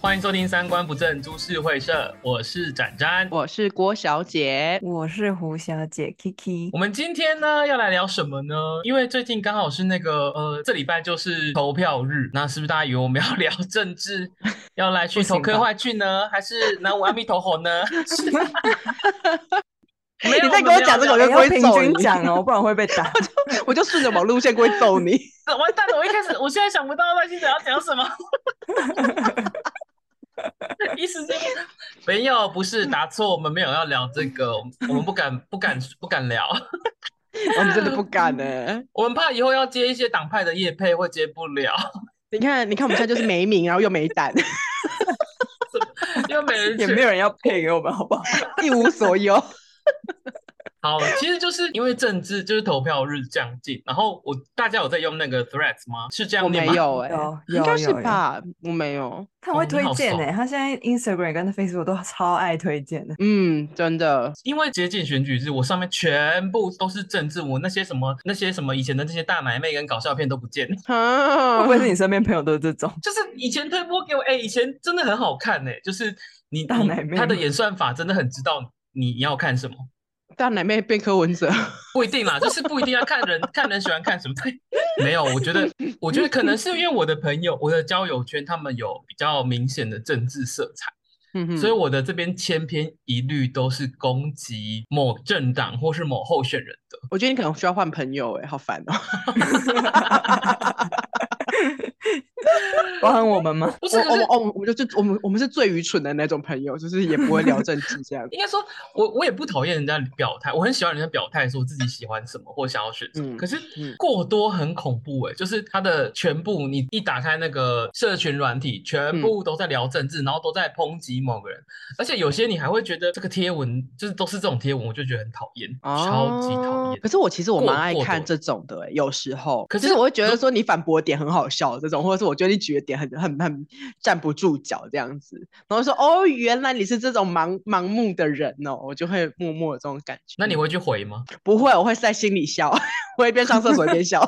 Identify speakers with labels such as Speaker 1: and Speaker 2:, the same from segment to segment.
Speaker 1: 欢迎收听《三观不正株式会社》，我是展展。
Speaker 2: 我是郭小 姐，
Speaker 3: 我是胡小姐 Kiki，
Speaker 1: 我们今天呢要来聊什么呢？因为最近刚好是那个呃，这礼拜就是投票日，那是不是大家以为我们要聊政治，要来去投
Speaker 3: 不行吧
Speaker 1: 科坏去呢，还是南无阿弥陀佛呢？没有
Speaker 2: 你再给我讲这个，我就
Speaker 3: 哎
Speaker 2: 不
Speaker 3: 要
Speaker 2: 会
Speaker 3: 平
Speaker 2: 揍
Speaker 3: 均
Speaker 2: 你，
Speaker 3: 讲哦，不然会被打。
Speaker 2: 我就顺着网路线不会揍 你。
Speaker 1: 完蛋了！我一开始，我现在想不到赖清德要讲什么， 一时间没有，不是答错，我们没有要聊这个，我们我们不敢不敢不敢聊，
Speaker 2: 我们真的不敢呢、
Speaker 1: 我们怕以后要接一些党派的业配会接不了，
Speaker 2: 你看，你看，我们现在就是没名，然后又没胆，
Speaker 1: 因为没人
Speaker 3: 也
Speaker 1: 去
Speaker 3: 没有人要配给我们，好不好？
Speaker 2: 一无所有。
Speaker 1: 好，其实就是因为政治就是投票日将近，然后我大家有在用那个 Threads 吗？是这
Speaker 2: 我
Speaker 1: 样念
Speaker 2: 没
Speaker 1: 吗？
Speaker 2: 有哎、
Speaker 3: 有
Speaker 2: 应该
Speaker 3: 有
Speaker 2: 是
Speaker 3: 有有，
Speaker 2: 吧？我没有。
Speaker 3: 他
Speaker 1: 哦
Speaker 3: 会
Speaker 1: 你
Speaker 3: 推
Speaker 1: 好
Speaker 3: 荐
Speaker 1: 爽
Speaker 3: 呢。他现在 Instagram 跟 Facebook 都超爱推荐的。
Speaker 2: 嗯，真的，
Speaker 1: 因为接近选举日，我上面全部都是政治，我那些什么那些什么以前的那些大奶妹跟搞笑片都不见了。
Speaker 2: 啊
Speaker 3: 会不会是你身边朋友都是这种？
Speaker 1: 就是以前推播给我，哎、以前真的很好看呢、哎就是你
Speaker 3: 大
Speaker 1: 你
Speaker 3: 奶妹
Speaker 1: 他的
Speaker 3: 吗
Speaker 1: 演算法真的很知道你要看什么，
Speaker 2: 大奶妹变柯文哲？
Speaker 1: 不一定啦，就是不一定要看人看人喜欢看什么。对，没有，我觉得我觉得可能是因为我的朋友，我的交友圈他们有比较明显的政治色彩。
Speaker 2: 嗯哼
Speaker 1: 所以我的这边千篇一律都是攻击某政党或是某候选人的。
Speaker 2: 我觉得你可能需要换朋友哎、好烦哦、
Speaker 3: 包含我们吗？
Speaker 1: 不是，
Speaker 2: 我
Speaker 1: 可是。
Speaker 2: 我我我们就是我们我们是最愚蠢的那种朋友，就是也不会聊政治这样
Speaker 1: 应该说，我我也不讨厌人家表态，我很喜欢人家表态说自己喜欢什么或想要选什么。
Speaker 2: 嗯
Speaker 1: 可是
Speaker 2: 嗯
Speaker 1: 过多很恐怖哎、就是他的全部，你一打开那个社群软体，
Speaker 3: 嗯
Speaker 1: 全部都在聊政治，然后都在抨击某个人，而且有些你还会觉得这个贴文就是都是这种贴文，我就觉得很讨厌，超级讨
Speaker 2: 哦
Speaker 1: 厌
Speaker 2: 可。是我其实我
Speaker 1: 过
Speaker 2: 蛮爱
Speaker 1: 过
Speaker 2: 看
Speaker 1: 多
Speaker 2: 这种的欸、有时候，
Speaker 1: 可
Speaker 2: 就是是我会觉
Speaker 1: 如
Speaker 2: 得说你反驳点很好笑这种，或者是我觉得你举的点很很很站不住脚这样子，然后说哦，原来你是这种盲盲目的人哦，我就会默默有这种感觉。
Speaker 1: 那你会去回吗？
Speaker 2: 不会？我会在心里笑， 我会边上厕所一 边笑。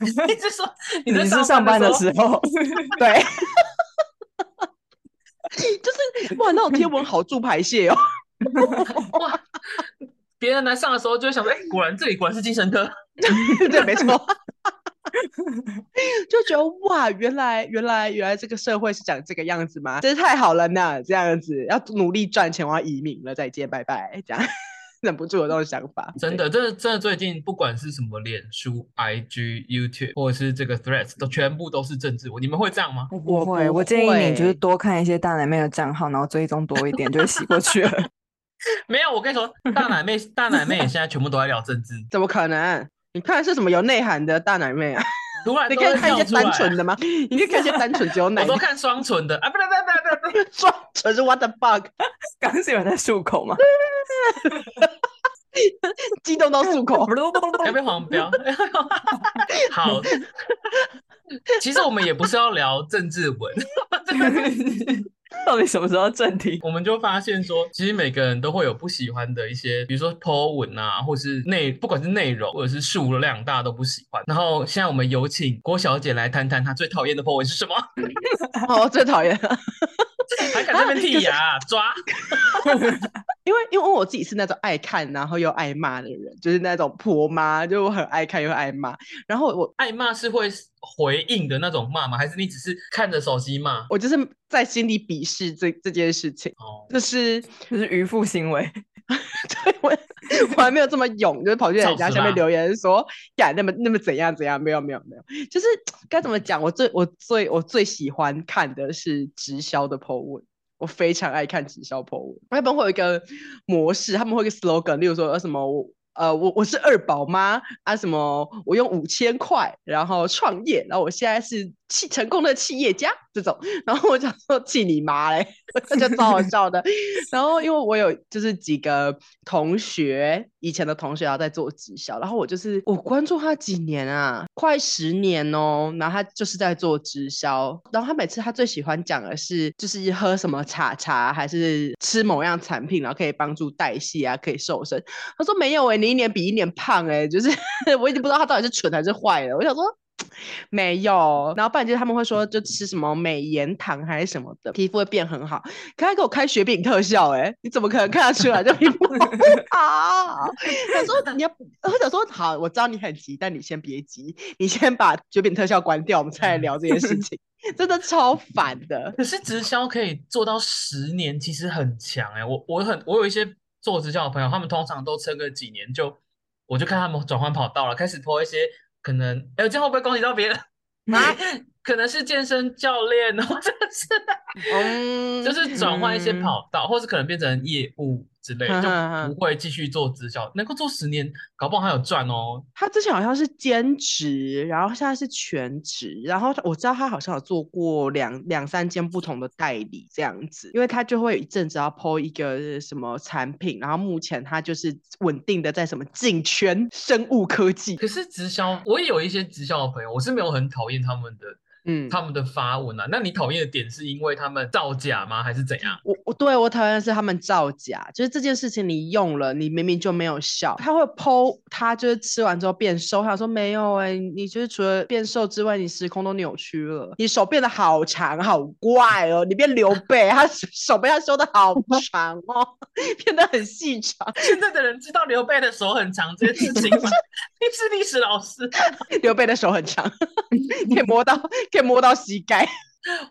Speaker 1: 你是说你
Speaker 3: 你
Speaker 1: 在
Speaker 3: 是上班
Speaker 1: 班
Speaker 3: 的
Speaker 1: 候
Speaker 3: 时候，
Speaker 2: 对，就是哇，那种贴文好助排泄哦。
Speaker 1: 哇，别人来上的时候就会想说，哎、果然这里果然是精神科。
Speaker 2: 对，没错，就觉得哇，原来原来原来这个社会是长这个样子吗？真是太好了呢，这样子要努力赚钱，我要移民了，再见，拜拜，这样 忍不住有这种想法，
Speaker 1: 真的，真的，真的，最近不管是什么脸书、IG、YouTube，或者是这个 Threads，都全部都是政治。你们会这样吗？
Speaker 3: 我
Speaker 2: 我
Speaker 3: 不会。
Speaker 2: 不
Speaker 3: 我建议你就是
Speaker 2: 会
Speaker 3: 多看一些大奶妹的账号，然后追踪多一点，就会洗过去了。
Speaker 1: 没有，我跟你说，大奶妹、大奶妹也现在全部都在聊政治，
Speaker 2: 怎么可能？你看是什么有内涵的大奶妹啊？
Speaker 1: 突然
Speaker 2: 你
Speaker 1: 都
Speaker 2: 可以
Speaker 1: 会
Speaker 2: 看一
Speaker 1: 跳
Speaker 2: 些
Speaker 1: 出来
Speaker 2: 单纯。的吗？你可以看一些单纯只有奶
Speaker 1: 我
Speaker 2: 的
Speaker 1: 都，看双纯的啊，不对不对不对不
Speaker 2: 双纯是 what the fuck，
Speaker 3: 刚刚是有人在漱口吗？
Speaker 2: 激动到漱口。
Speaker 1: 对，要被黄标。 好，其实我们也不是要聊政治文，
Speaker 3: 到底什么时候正题？
Speaker 1: 我们就发现说，其实每个人都会有不喜欢的一些，比如说 po 文啊，或是内，不管是内容或者是数量，大家都不喜欢。然后现在我们有请郭小姐来谈谈她最讨厌的 po 文是什么，
Speaker 2: 哦，最讨厌了。
Speaker 1: 还敢这边剔牙、抓，
Speaker 2: 因为因为我自己是那种爱看然后又爱骂的人，就是那种婆妈，就我很爱看又爱骂。然后我
Speaker 1: 爱骂是会回应的那种骂吗？还是你只是看着手机骂？
Speaker 2: 我就是在心里鄙视这这件事情，
Speaker 1: 哦，
Speaker 2: 就是
Speaker 3: 就是渔夫行为。
Speaker 2: 对我我还没有这么勇，就是跑去人
Speaker 1: 造
Speaker 2: 家
Speaker 1: 次
Speaker 2: 下面
Speaker 1: 吧
Speaker 2: 留言说呀那么那么怎样怎样，没有没有没有，就是该怎么讲？我最我最我最喜欢看的是直销的 po 文。我非常爱看直销 po 文，他们会有一个模式，他们会有一个 slogan，例如说呃什么我呃我我是二宝妈啊，什么我用五千块然后创业，然后我现在是企成功的企业家这种，然后我想说气你妈嘞，我就超好笑的。然后因为我有就是几个同学，以前的同学啊在做直销，然后我就是我关注他几年啊，快十年哦。然后他就是在做直销，然后他每次他最喜欢讲的是就是喝什么茶茶，还是吃某样产品，然后可以帮助代谢啊，可以瘦身。欸 他说没有哎、你一年比一年胖哎、就是我已经不知道他到底是蠢还是坏了。我想说。没有，然后不然就是他们会说就吃什么美颜糖还是什么的，皮肤会变很好。可他给我开雪饼特效、欸，哎，你怎么可能看得出来这皮肤好？ 他说你要，我想说好，我知道你很急，但你先别急，你先把雪饼特效关掉，我们再来聊这件事情。 真的超烦的，
Speaker 1: 可是直销可以做到十年，其实很强哎、我我很我有一些做直销的朋友，他们通常都撑个几年就，我就看他们转换跑道了，开始播一些可能，哎、这样会不会攻击到别人？啊， 可能是健身教练，或者是
Speaker 2: 嗯，
Speaker 1: 就是转换一些
Speaker 3: 嗯
Speaker 1: 跑道，或是可能变成业务之类，
Speaker 2: 哼哼哼
Speaker 1: 就不会继续做直销，能够做十年，搞不好还有赚哦。
Speaker 2: 他之前好像是兼职，然后现在是全职，然后他我知道他好像有做过两两三间不同的代理这样子，因为他就会有一阵子要 PO 一个什么产品，然后目前他就是稳定的在什么进圈生物科技，
Speaker 1: 可是直销，我也有一些直销的朋友，我是没有很讨厌他们的
Speaker 2: 嗯，
Speaker 1: 他们的发文啊。那你讨厌的点是因为他们造假吗？还是怎 样？
Speaker 2: 我我对我讨厌的是他们造假，就是这件事情你用了，你明明就没有效，他会剖他就是吃完之后变瘦，他说没有哎、你就是除了变瘦之外，你时空都扭曲了，你手变得好长好怪哦，你变刘备，他手被他修的好长哦， 变得很细长，
Speaker 1: 现在的人知道刘备的手很长这件事情 吗？你是历史老师，
Speaker 2: 刘备的手很长， 可以摸到可以摸到膝盖，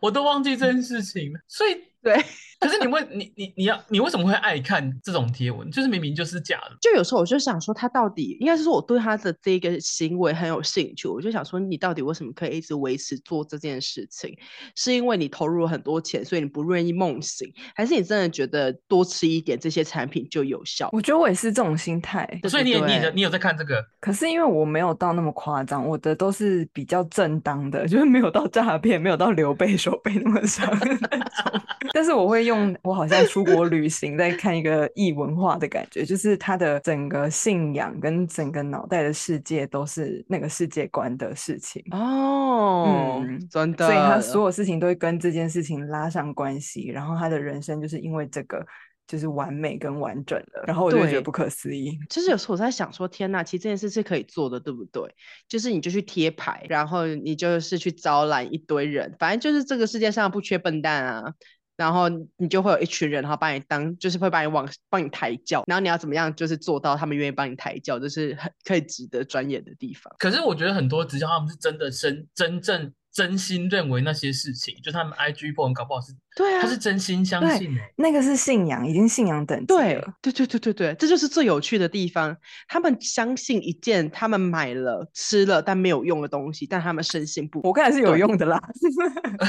Speaker 1: 我都忘记这件事情了。所以，
Speaker 2: 对。
Speaker 1: 可是你为你你你要你为什么会爱看这种贴文？就是明明就是假的。
Speaker 2: 就有时候我就想说，他到底应该是说我对他的这个行为很有兴趣，我就想说，你到底为什么可以一直维持做这件事情？是因为你投入了很多钱，所以你不愿意梦醒，还是你真的觉得多吃一点这些产品就有效？
Speaker 3: 我觉得我也是这种心态，欸
Speaker 2: 对
Speaker 1: 所以你也你也你有在看这个？
Speaker 3: 可是因为我没有到那么夸张，我的都是比较正当的， 就是没有到诈骗，没有到刘备手背那么长那种。但是我会用我好像出国旅行在看一个异文化的感觉，就是他的整个信仰跟整个脑袋的世界都是那个世界观的事情。
Speaker 2: 哦，
Speaker 3: 嗯
Speaker 2: 真的，
Speaker 3: 所以他所有事情都会跟这件事情拉上关系，然后他的人生就是因为这个就是完美跟完整了，然后我就会觉
Speaker 2: 对
Speaker 3: 得不可思议。
Speaker 2: 就是有时候我在想说，天呐，其实这件事是可以做的，对不对？就是你就去贴牌，然后你就是去招揽一堆人，反正就是这个世界上不缺笨蛋啊。然后你就会有一群人，然后把你当，就是会把你往帮你抬轿，然后你要怎么样，就是做到他们愿意帮你抬轿，这是很可以值得钻研的地方。
Speaker 1: 可是我觉得很多直销他们是真的真真正真心认为那些事情，就是他们 IG 破文搞不好是
Speaker 2: 对啊
Speaker 1: 他，是真心相
Speaker 3: 对
Speaker 1: 信、欸。
Speaker 3: 那个是信仰，已经信仰等级
Speaker 2: 对
Speaker 3: 了。
Speaker 2: 对对对对对，这就是最有趣的地方。他们相信一件他们买了吃了但没有用的东西，但他们深信不疑
Speaker 3: 我看还是有
Speaker 2: 对
Speaker 3: 用的啦。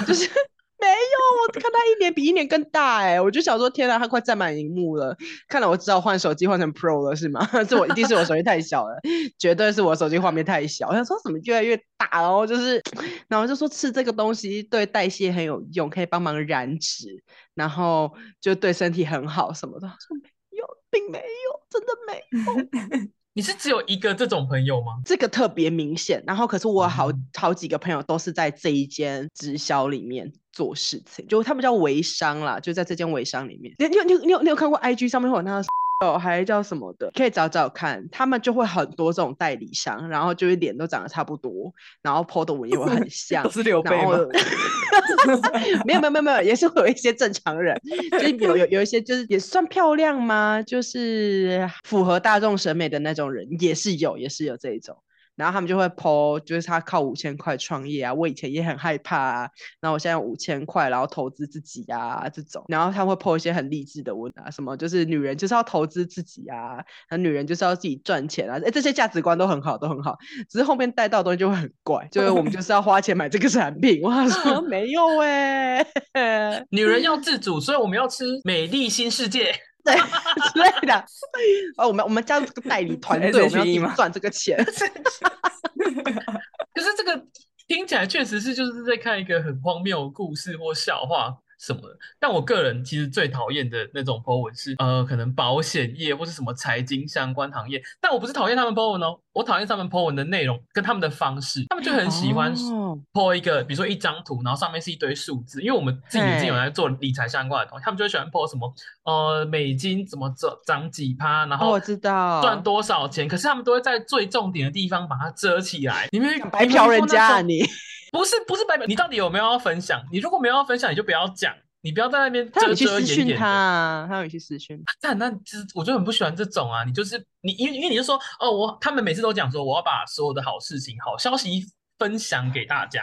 Speaker 2: 就是没有，我看他一年比一年更大哎、我就想说，天啊，他快占满荧幕了。看来我知道换手机换成 Pro 了是吗？ 这我一定是我手机太小了，绝对是我手机画面太小。我想说怎么越来越大，然后就是，然后就说吃这个东西对代谢很有用，可以帮忙燃脂，然后就对身体很好什么的。我说没有，并没有，真的没
Speaker 1: 你是只有一个这种朋友吗？
Speaker 2: 这个特别明显。然后，可是我好
Speaker 1: 哦
Speaker 2: 好几个朋友都是在这一间直销里面做事情，就他们叫微商啦，就在这间微商里面。你你有你有你有你有看过 IG 上面会有那个 哦，还叫什么的，可以找找看，他们就会很多这种代理商，然后就是脸都长得差不多，然后 PO 的文也会很像
Speaker 3: 都。是刘备
Speaker 2: 然后
Speaker 3: 吗？
Speaker 2: 没有没有没有没有，也是会有一些正常人，就是有有有一些就是也算漂亮吗？就是符合大众审美的那种人也是有，也是有这一种。然后他们就会 PO，就是他靠五千块创业啊，我以前也很害怕啊，然后我现在五千块，然后投资自己啊这种，然后他会 PO 一些很励志的文啊，什么就是女人就是要投资自己啊，然后女人就是要自己赚钱啊，哎这些价值观都很好，都很好，只是后面带到的东西就会很怪，就是我们就是要花钱买这个产品， 我想说没有哎、
Speaker 1: 女人要自主，所以我们要吃美丽新世界。
Speaker 2: 对之类的。 哦，我们我们加入这个代理团队，我们要自
Speaker 3: SHE
Speaker 2: 己
Speaker 3: 吗
Speaker 2: 赚哎这个钱。
Speaker 1: 可是这个听起来确实是就是在看一个很荒谬的故事或笑话，什么的。但我个人其实最讨厌的那种 po 文是，呃，可能保险业或是什么财经相关行业。但我不是讨厌他们 po 文哦，我讨厌他们 po 文的内容跟他们的方式。他们就很喜欢
Speaker 2: 哦
Speaker 1: po 一个，比如说一张图，然后上面是一堆数字。因为我们自己已经有
Speaker 2: 嘿
Speaker 1: 在做理财相关的东西，他们就会喜欢 po 什么，呃，美金怎么涨涨几趴，然
Speaker 2: 哦，
Speaker 1: 后
Speaker 2: 我知道，
Speaker 1: 赚多少钱，可是他们都会在最重点的地方把它遮起来。你们
Speaker 2: 白嫖人家啊
Speaker 1: 你
Speaker 2: 你。
Speaker 1: 们有遇过那种不是不是白嫖，你到底有没有要分享？你如果没有要分享，你就不要讲，你不要在那边
Speaker 2: 他
Speaker 1: 遮
Speaker 2: 有去
Speaker 1: 遮
Speaker 2: 私
Speaker 1: 掩
Speaker 2: 讯
Speaker 1: 掩
Speaker 2: 他
Speaker 1: 的。
Speaker 2: 啊，他有去私讯。
Speaker 1: 但那其实我就很不喜欢这种啊，你就是你，因为因为你就说哦，我他们每次都讲说我要把所有的好事情、好消息分享给大 家，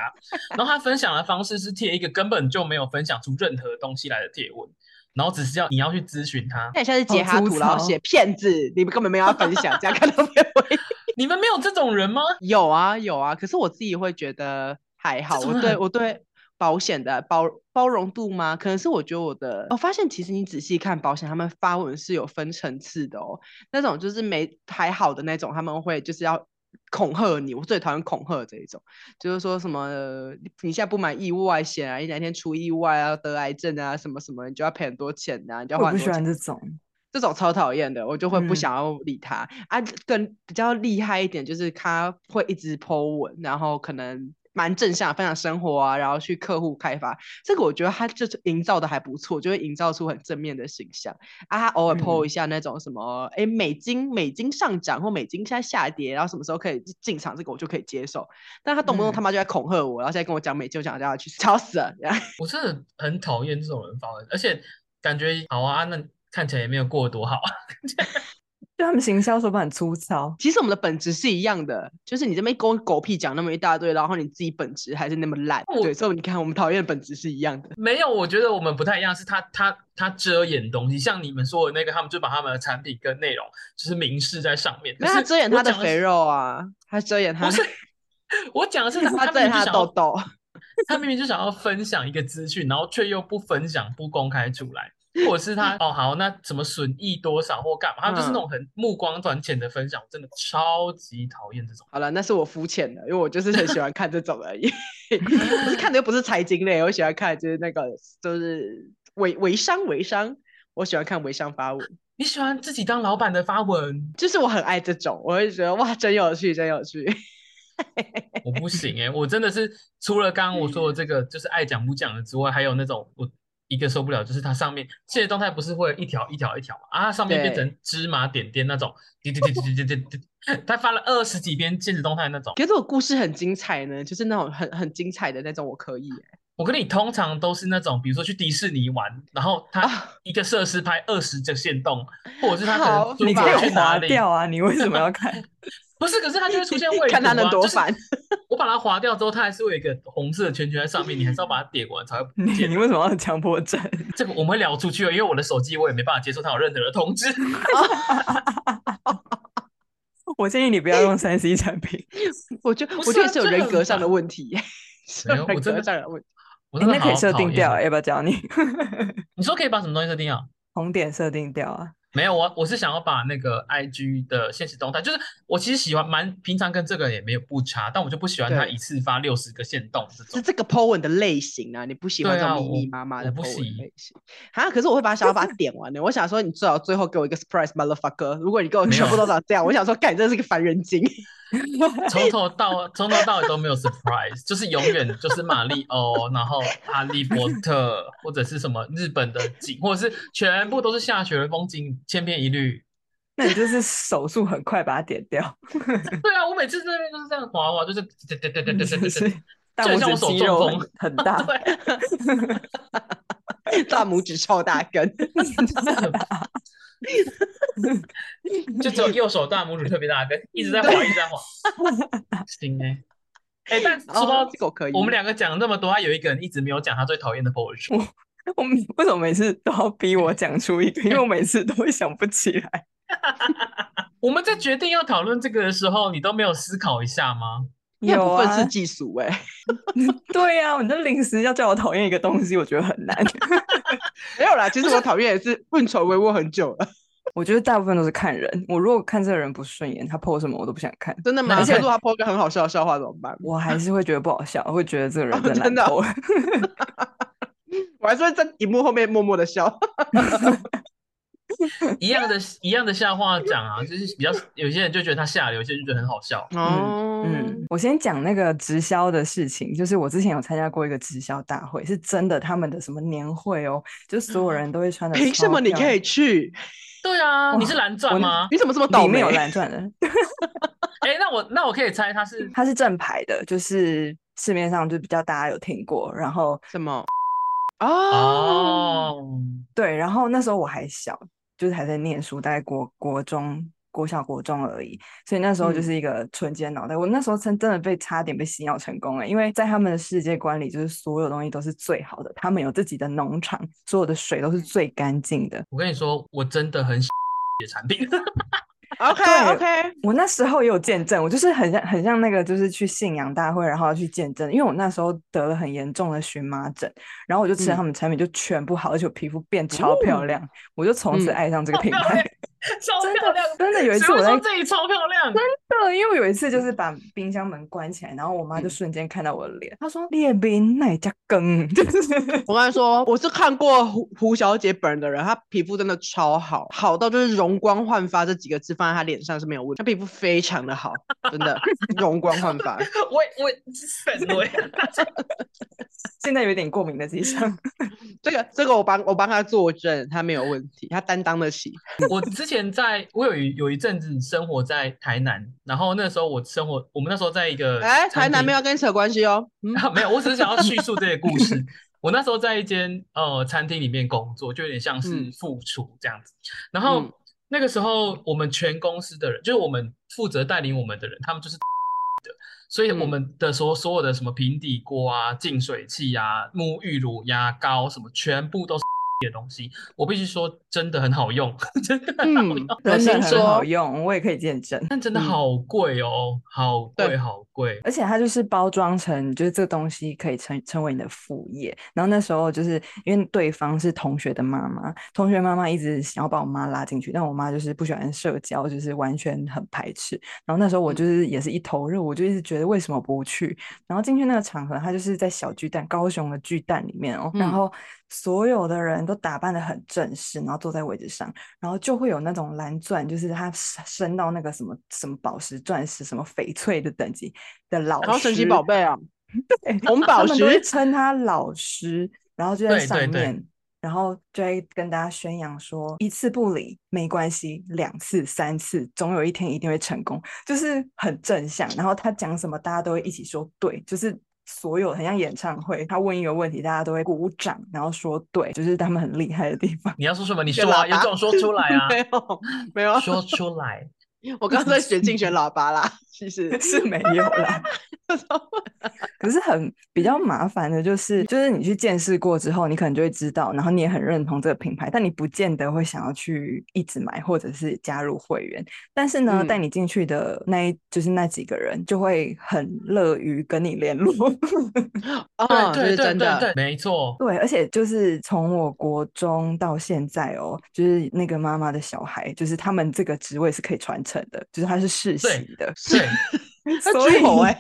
Speaker 1: 然后他分享的方式是贴一个根本就没有分享出任何东西来的贴文，然后只是要你要去咨询他，
Speaker 2: 那你下次截
Speaker 3: 好
Speaker 2: 他
Speaker 3: 粗
Speaker 2: 图，然后
Speaker 3: 糙
Speaker 2: 写骗子，你们根本没有要分享，这样看到没有？
Speaker 1: 你们没有这种人吗？
Speaker 2: 有啊有啊，可是我自己会觉得还好，
Speaker 1: 这
Speaker 2: 我
Speaker 1: 种
Speaker 2: 对
Speaker 1: 很
Speaker 2: 我对保险的包包容度吗？可能是我觉得我的，我发现其实你仔细看保险，他们发文是有分层次的哦。那种就是没还好的那种，他们会就是要恐吓你，我最讨厌恐吓这一种，就是说什么呃你现在不买意外险啊，你哪天出意外啊得癌症啊什么什么，你就要赔很多钱啊，你就要
Speaker 3: 我
Speaker 2: 花
Speaker 3: 不
Speaker 2: 很
Speaker 3: 喜
Speaker 2: 多
Speaker 3: 欢
Speaker 2: 钱。
Speaker 3: 这种，
Speaker 2: 这种超讨厌的，我就会不
Speaker 3: 嗯
Speaker 2: 想要理他、啊。更比较厉害一点，就是他会一直 po 文，然后可能蛮正向分享生活啊，然后去客户开发。这个我觉得他就是营造的还不错，就会营造出很正面的形象啊。他偶尔
Speaker 3: 嗯
Speaker 2: po 一下那种什么，哎、美金美金上涨或美金现在下跌，然后什么时候可以进场，这个我就可以接受。但他动不动
Speaker 3: 嗯
Speaker 2: 他妈就在恐吓我，然后现在跟我讲美金，我讲叫他去死 吵死了。这样
Speaker 1: 我真的很讨厌这种人发文，而且感觉好啊，那看起来也没有过得多好。
Speaker 3: 就他们行销手法很粗糙。
Speaker 2: 其实我们的本质是一样的，就是你这边跟我狗屁讲那么一大堆，然后你自己本质还是那么烂。
Speaker 1: 我
Speaker 2: 对，所以你看，我们讨厌的本质是一样的。
Speaker 1: 没有，我觉得我们不太一样，是他他他遮掩东西，像你们说的那个，他们就把他们的产品跟内容就是明示在上面。
Speaker 2: 那
Speaker 1: 可
Speaker 2: 他
Speaker 1: 是
Speaker 2: 遮掩
Speaker 1: 我
Speaker 2: 他的
Speaker 1: 讲
Speaker 2: 肥
Speaker 1: 是，
Speaker 2: 肉啊，他遮掩他
Speaker 1: 不， 是我讲的是他
Speaker 2: 遮
Speaker 1: 明
Speaker 2: 掩
Speaker 1: 明就
Speaker 2: 他的
Speaker 1: 想
Speaker 2: 痘
Speaker 1: 要，
Speaker 2: 痘。
Speaker 1: 他明明就想要分享一个资讯，然后却又不分享不公开出来，或者是 他哦好那什么损益多少或干嘛，他们就是
Speaker 2: 嗯
Speaker 1: 那种很目光短浅的分享，我真的超级讨厌这种。
Speaker 2: 好了，那是我肤浅的，因为我就是很喜欢看这种而 已。不是看的又不是财经类，我喜欢看就是那个就是微微商微商，我喜欢看微商发文。
Speaker 1: 你喜欢自己当老板的发文，
Speaker 2: 就是我很爱这种，我会觉得哇，真有趣，真 有趣。
Speaker 1: 我不行哎、我真的是除了刚刚我说的这个，就是爱讲不讲的之外，还有那种我一个受不了，就是它上面现实动态不是会有一条一条一条嘛，啊，它上面变
Speaker 2: 对
Speaker 1: 成芝麻点点那种，滴滴滴滴滴滴滴滴，他发了二十几篇现实动态那种。
Speaker 2: 可是我故事很精彩呢，就是那种很很精彩的那种，我可以耶、
Speaker 1: 我跟你通常都是那种，比如说去迪士尼玩，然后他
Speaker 2: 啊
Speaker 1: 一个设施拍二十个线动，或者是他可
Speaker 2: 好
Speaker 1: 能
Speaker 2: 你
Speaker 1: 出
Speaker 2: 把
Speaker 3: 可
Speaker 1: 发
Speaker 2: 它
Speaker 1: 去
Speaker 3: 以
Speaker 1: 哪
Speaker 3: 划
Speaker 1: 里，
Speaker 3: 掉啊！你为什么 要看？
Speaker 1: 不是，可是它就会 出现未
Speaker 2: 看它
Speaker 1: 读
Speaker 2: 能
Speaker 1: 啊
Speaker 2: 多
Speaker 1: 就是
Speaker 2: 烦
Speaker 1: 我把它划掉之后，它还是会有一个红色的圈圈在上面，你还是要把它点完才会不
Speaker 3: 你
Speaker 1: 见
Speaker 3: 你为什么要有强迫症？
Speaker 1: 这个我们会聊出去了，因为我的手机我也没办法接受它有任何的通 知。
Speaker 3: 我建议你不要用三 C 产品。
Speaker 2: 我觉
Speaker 1: 不
Speaker 2: 我
Speaker 1: 是
Speaker 2: 觉得
Speaker 1: 啊
Speaker 2: 是有
Speaker 1: 这
Speaker 2: 人
Speaker 1: 很
Speaker 2: 格上的
Speaker 1: 烦
Speaker 2: 问题耶， 是
Speaker 1: 没
Speaker 2: 有
Speaker 1: 有
Speaker 2: 人
Speaker 1: 我真
Speaker 2: 格
Speaker 1: 的
Speaker 2: 上的问题。
Speaker 1: 我
Speaker 3: 诶
Speaker 1: 真的
Speaker 3: 哎那可以
Speaker 1: 好
Speaker 3: 设
Speaker 1: 讨
Speaker 3: 定
Speaker 1: 厌
Speaker 3: 掉，啊要不要教你？
Speaker 1: 你说可以把什么东西设定掉？
Speaker 3: 红点设定掉啊！
Speaker 1: 没有，我我是想要把那个 I G 的现实动态，就是我其实喜欢蛮平常跟这个也没有不差，但我就不喜欢它
Speaker 2: 对
Speaker 1: 一次发六十个限动这
Speaker 2: 是
Speaker 1: 种。
Speaker 2: 这个 po 文的类型啊，你不喜欢
Speaker 1: 对
Speaker 2: 这种
Speaker 1: 啊
Speaker 2: 密密
Speaker 1: 我
Speaker 2: 麻麻
Speaker 1: 我
Speaker 2: 的
Speaker 1: 不
Speaker 2: po 文
Speaker 1: 喜
Speaker 2: 类型啊？可是我会把想要把它点完的，我想说你最好最后给我一个 surprise motherfucker。如果你给我
Speaker 1: 没
Speaker 2: 全部
Speaker 1: 有
Speaker 2: 都长这样，我想说，干，你真是个烦人 精。
Speaker 1: 从头到从头到尾都没有 surprise，就是 永远就是马里欧，然后哈利波特或者是什么日本的景，或者是全部都是下雪的风景，千篇一律。
Speaker 3: 那你就是手速很快把它点掉，
Speaker 1: 对啊，我每次这边就是这样滑滑， 就是对对 对对对对
Speaker 3: 就
Speaker 1: 对
Speaker 3: 是
Speaker 1: 对，
Speaker 3: 大
Speaker 1: 就很
Speaker 3: 拇
Speaker 1: 像我
Speaker 3: 指
Speaker 1: 手
Speaker 3: 肌
Speaker 1: 中
Speaker 3: 肉
Speaker 1: 风
Speaker 3: 很很 大。
Speaker 1: 对。
Speaker 2: 大拇指超大根，
Speaker 1: 就只有右手大拇指特别大根，一直在滑，一直在 滑。行哎、欸，哎、但说
Speaker 2: 哦
Speaker 1: 到、
Speaker 2: 这个我可以。
Speaker 1: 我们两个讲了那么多，还啊有一个人一直没有讲他最讨厌的 p o e
Speaker 3: 我们为什么每次都要逼我讲出一个？因为我每次都会想不起 来。
Speaker 1: 我们在决定要讨论这个的时候，你都没有思考一下吗？
Speaker 2: 你很
Speaker 3: 有
Speaker 2: 不愤世
Speaker 3: 啊，
Speaker 2: 嫉俗哎、
Speaker 3: 对呀、啊，你就临时要叫我讨厌一个东西，我觉得很难。
Speaker 2: 没有啦，其实我讨厌也是运筹帷幄很久了，
Speaker 3: 我觉得大部分都是看人，我如果看这个人不顺眼，他 PO 什么我都不想看，
Speaker 2: 真的吗？
Speaker 1: 而
Speaker 2: 可
Speaker 1: 且
Speaker 2: 是如果他 po 个很好笑的笑话怎么办？
Speaker 3: 我还是会觉得不好笑，会觉得这个人
Speaker 2: 哦
Speaker 3: 真
Speaker 2: 真
Speaker 3: 难
Speaker 2: 的
Speaker 3: PO。
Speaker 2: 我还是会在荧幕后面默默的笑。
Speaker 1: 一样的一样的笑话讲啊，就是比较有些人就觉得他下流，有些人就觉得很好笑。
Speaker 2: 哦
Speaker 3: 嗯，我先讲那个直销的事情，就是我之前有参加过一个直销大会，是真的，他们的什么年会哦，就所有人都会穿的。
Speaker 2: 凭什么你可以？去？
Speaker 1: 对啊，
Speaker 3: 哇
Speaker 1: 你是蓝钻吗？
Speaker 2: 你怎么这么倒
Speaker 3: 里
Speaker 2: 霉
Speaker 3: 面？有蓝钻的，
Speaker 1: 哎、那我那我可以猜他是
Speaker 3: 它是正牌的，就是市面上就比较大家有听过。然后
Speaker 2: 什么？哦，
Speaker 1: 哦，
Speaker 3: 对，然后那时候我还小，就是还在念书，大概国国中、国小、国中而已，所以那时候就
Speaker 2: 嗯
Speaker 3: 是一个纯洁的脑袋。我那时候真真的被差点被洗脑成功了，因为在他们的世界观里，就是所有东西都是最好的，他们有自己的农场，所有的水都是最干净的。
Speaker 1: 我跟你说，我真的很喜 的产品。
Speaker 2: OK OK，
Speaker 3: 我那时候也有见证，我就是很像很像那个，就是去信仰大会，然后去见证，因为我那时候得了很严重的荨麻疹，然后我就吃了
Speaker 2: 嗯
Speaker 3: 他们产品就全部好，而且我皮肤变超漂亮，我就从此
Speaker 2: 嗯
Speaker 3: 爱上这个
Speaker 1: 好
Speaker 3: 品
Speaker 1: 漂
Speaker 3: 牌。
Speaker 1: 亮超
Speaker 3: 真
Speaker 1: 漂
Speaker 3: 的
Speaker 1: 亮，
Speaker 3: 真的有一
Speaker 1: 谁
Speaker 3: 次
Speaker 1: 会
Speaker 3: 我在
Speaker 1: 说自己超漂亮，
Speaker 3: 对，因为我有一次就是把冰箱门关起来，然后我妈就
Speaker 2: 嗯
Speaker 3: 瞬间看到我的脸，她说：“列宾那家羹， 就是
Speaker 2: 我跟你说，我是看过胡胡小姐本人的人，她皮肤真的超好，好到就是容光焕发这几个字放在她脸上是没有问题，她皮肤非常的好，真的容光焕发。
Speaker 1: 我也我也神我也
Speaker 3: 现在有一点过敏的迹 象。
Speaker 2: 这个这个我帮我帮她作证，她没有问题，她担当得起。
Speaker 1: 我之前在，我有一有一阵子生活在台南，然后那时候我生活，我们那时候在一个
Speaker 2: 哎、
Speaker 1: 餐
Speaker 2: 台南
Speaker 1: 厅
Speaker 2: 没有跟你扯关系哦。 嗯，
Speaker 1: 啊，没有，我只是想要叙述这个故事。我那时候在一间呃餐厅里面工作，就有点像是
Speaker 2: 嗯
Speaker 1: 副厨这样子。然后、
Speaker 2: 嗯
Speaker 1: 那个时候，我们全公司的人，就是我们负责带领我们的人，他们就是的， 所以我
Speaker 2: 嗯
Speaker 1: 们的所所有的什么平底锅啊、净水器啊、沐浴乳、牙膏什么，全部都是 的东西。我必须说，真的很好用， 真的很好用
Speaker 2: 嗯，
Speaker 3: 真
Speaker 2: 我
Speaker 3: 的
Speaker 2: 先
Speaker 3: 很好
Speaker 2: 说，
Speaker 3: 用，我也可以见证。
Speaker 1: 但真的
Speaker 2: 嗯
Speaker 1: 好贵哦，好
Speaker 2: 对
Speaker 1: 贵，好贵。
Speaker 3: 而且它就是包装成，就是这个东西可以成成为你的副业。然后那时候就是因为对方是同学的妈妈，同学妈妈一直想要把我妈拉进去，但我妈就是不喜欢社交，就是完全很排斥。然后那时候我就是也是一头热，我就一直觉得为什么不去？然后进去那个场合，它就是在小巨蛋，高雄的巨蛋里面哦，然
Speaker 2: 嗯
Speaker 3: 后所有的人都打扮的很正式，然后坐在位置上，然后就会有那种蓝钻，就是它升升到那个什么什么宝石、钻石、什么翡翠的等级的老师，
Speaker 2: 然后神奇宝贝啊，
Speaker 3: 对，
Speaker 2: 红宝
Speaker 3: 他们都会
Speaker 2: 石，
Speaker 3: 称他老师，然后就在
Speaker 1: 对
Speaker 3: 上
Speaker 1: 对对
Speaker 3: 面，然后就会跟大家宣扬说，一次不理没关系，两次、三次，总有一天一定会成功，就是很正向。然后他讲什么，大家都会一起说对，就是。所有很像演唱会，他问一个问题，大家都会鼓掌，然后说对，就是他们很厉害的地方。
Speaker 1: 你要说什么？你
Speaker 2: 这
Speaker 1: 说啊，
Speaker 2: 喇
Speaker 1: 有
Speaker 2: 叭
Speaker 1: 种说出来啊
Speaker 2: 没，有没有，
Speaker 1: 说出 来。
Speaker 2: 我刚刚在选竞选喇叭啦，其实
Speaker 3: 是没有啦，可是很比较麻烦的就是，就是你去见识过之后，你可能就会知道，然后你也很认同这个品牌，但你不见得会想要去一直买或者是加入会员。但是呢，带
Speaker 2: 嗯
Speaker 3: 你进去的那一就是那几个人就会很乐于跟你联络。
Speaker 2: 哦，这
Speaker 1: 对
Speaker 2: 是
Speaker 1: 对
Speaker 2: 真
Speaker 1: 对
Speaker 2: 的。
Speaker 1: 对，没 错。
Speaker 3: 对，而且就是从我国中到现在哦，就是那个妈妈的小孩，就是他们这个职位是可以传承的，就是他是世袭
Speaker 1: 对
Speaker 3: 的。
Speaker 1: 对，
Speaker 3: 所以
Speaker 2: 我哎，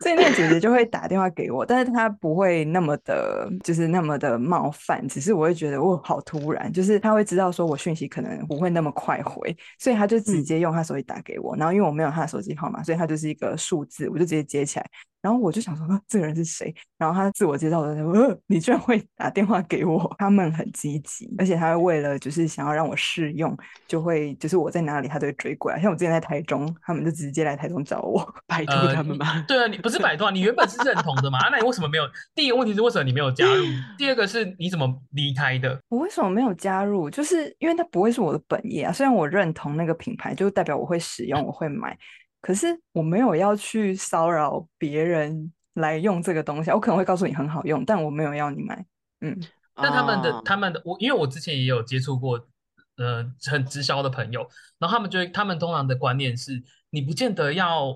Speaker 3: 所以那个姐姐就会打电话给我，但是她不会那么的，就是那么的冒犯，只是我会觉得我好突然，就是她会知道说我讯息可能不会那么快回，所以她就直
Speaker 2: 嗯
Speaker 3: 接用她手机打给我，然后因为我没有她的手机号码，所以她就是一个数字，我就直接接起来，然后我就想说、啊这个人是谁，然后她自我介绍的时候，呃，你居然会打电话给我， 他们很积极，而且她会为了就是想要让我试用，就会就是我在哪里，她都会追过来，像我之前在台中，他们就直接来台中找我。
Speaker 2: 拜托
Speaker 1: 呃
Speaker 2: 他们吧。
Speaker 1: 对啊，你不是摆脱啊，你原本是认同的嘛？啊那你为什么没有？第一个问题是为什么你没有加入？第二个是你怎么离开的？
Speaker 3: 我为什么没有加入？就是因为它不会是我的本业啊。虽然我认同那个品牌，就代表我会使用，我会买，可是我没有要去骚扰别人来用这个东西啊。我可能会告诉你很好用，但我没有要你买。嗯，
Speaker 1: 但呃他们的
Speaker 2: 哦
Speaker 1: 他们的我，因为我之前也有接触过，呃，很直销的朋友，然后他们就会他们通常的观念是，你不见得要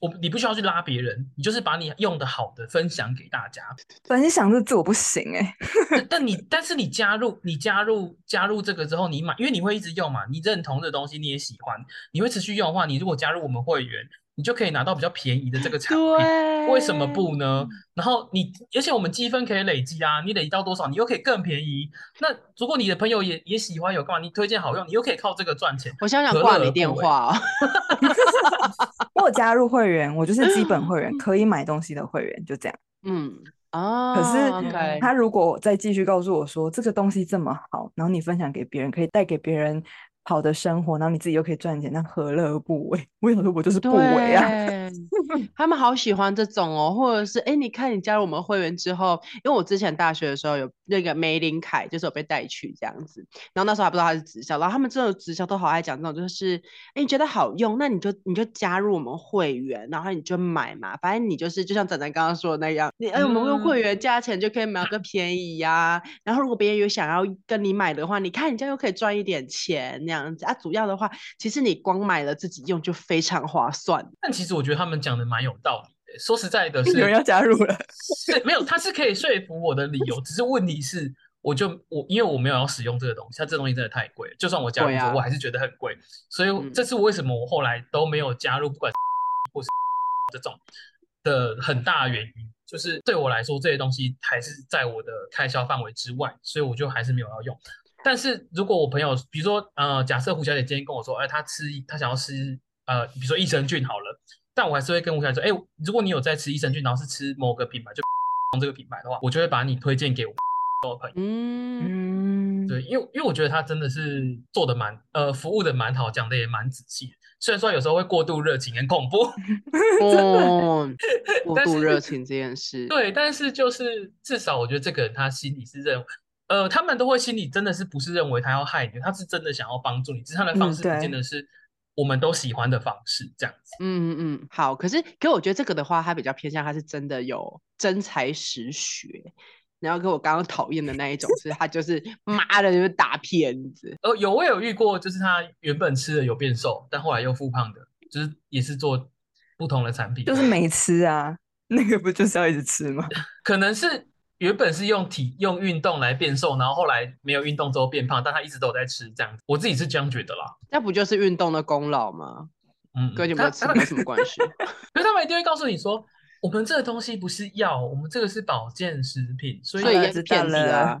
Speaker 1: 我，你不需要去拉别人，你就是把你用的好的分享给大家。
Speaker 3: 分享这字我不行哎、
Speaker 1: 但但你但是你加入你加入加入这个之后，你买，因为你会一直用嘛，你认同这东西，你也喜欢，你会持续用的话，你如果加入我们会员，你就可以拿到比较便宜的这个产品，
Speaker 2: 对，
Speaker 1: 为什么不呢？然后你，而且我们积分可以累积啊，你累积到多少，你又可以更便宜。那如果你的朋友也也喜欢有干嘛，你推荐好用，你又可以靠这个赚钱。
Speaker 2: 我想想
Speaker 1: 何
Speaker 2: 挂
Speaker 1: 乐
Speaker 2: 你
Speaker 1: 而
Speaker 2: 电
Speaker 1: 不为
Speaker 2: 话、哦，
Speaker 3: 我有加入会员，我就是基本 会员，可以买东西的会员，就这样。
Speaker 2: 嗯啊，
Speaker 3: 可是
Speaker 2: OK，
Speaker 3: 他如果再继续告诉我说这个东西这么好，然后你分享给别人，可以带给别人好的生活，然后你自己又可以赚钱，那何乐而不为？ 我想说，我就是不为啊。
Speaker 2: 对他们好喜欢这种哦，或者是哎，诶你看你加入我们会员之后，因为我之前大学的时候有那个梅林凯，就是有被带去这样子，然后那时候还不知道他是直销，然后他们这种直销都好爱讲这种，就是哎你觉得好用，那你就你就加入我们会员，然后你就买嘛，反正你就是就像展展刚刚说的那样，你哎我们用会员价钱就可以买个便宜呀、然后如果别人有想要跟你买的话，你看人家又可以赚一点钱那样子啊，主要的话其实你光买了自己用就非常划算。
Speaker 1: 但其实我觉得他们讲的蛮有道理的。说实在 的
Speaker 3: 有
Speaker 1: 是，
Speaker 3: 人要加入了，
Speaker 1: 是没有，他是可以说服我的理由，只是问题是，我就我因为我没有要使用这个东西，它这东西真的太贵了，就算我加入
Speaker 2: 对
Speaker 1: 之后，
Speaker 2: 啊
Speaker 1: 我还是觉得很贵，所以
Speaker 2: 嗯
Speaker 1: 这是为什么我后来都没有加入，不管是或是这种的很大的原因，就是对我来说这些东西还是在我的开销范围之外，所以我就还是没有要用。但是如果我朋友，比如说，呃，假设胡小姐今天跟我说，哎、她吃，她想要吃，呃，比如说益生菌好了，但我还是会跟胡小姐说，哎、如果你有在吃益生菌，然后是吃某个品牌，就这个品牌的话，我就会把你推荐给我朋友。
Speaker 2: 嗯，
Speaker 3: 嗯，
Speaker 1: 对，因为因为我觉得他真的是做的蛮，呃，服务的蛮好，讲的也蛮仔细。虽然说有时候会过度热情跟恐怖，
Speaker 2: 哦，过
Speaker 1: 但
Speaker 2: 度
Speaker 1: 是
Speaker 2: 热情这件事，
Speaker 1: 对，但是就是至少我觉得这个人他心里是认为，呃，他们都会心里真的是不是认为他要害你，他是真的想要帮助你，只是他的方
Speaker 3: 嗯
Speaker 1: 式不见
Speaker 3: 对
Speaker 1: 得是我们都喜欢的方式，这样子。
Speaker 2: 嗯嗯嗯，好。可是，可我觉得这个的话，它比较偏向，它是真的有真才实学。然后跟我刚刚讨厌的那一种是，他就是妈的，就是大骗子。
Speaker 1: 呃，有我有遇过，就是他原本吃了有变瘦，但后来又复胖的，就是也是做不同的产品，
Speaker 3: 就是没吃啊， 那个不就是要一直吃吗？
Speaker 1: 可能是原本是用体用运动来变瘦，然后后来没有运动之后变胖，但他一直都有在吃这样子，我自己是这样觉得啦。
Speaker 2: 那不就是运动的功劳吗？
Speaker 1: 嗯，
Speaker 2: 跟有没
Speaker 1: 他
Speaker 2: 有吃
Speaker 1: 他
Speaker 2: 没什么关系。
Speaker 1: 可是他们一定会告诉你说，我们这个东西不是药，我们这个是保健食品，所以
Speaker 2: 所以
Speaker 3: 好了
Speaker 2: 也是
Speaker 3: 知道
Speaker 2: 骗子
Speaker 3: 了
Speaker 2: 啊。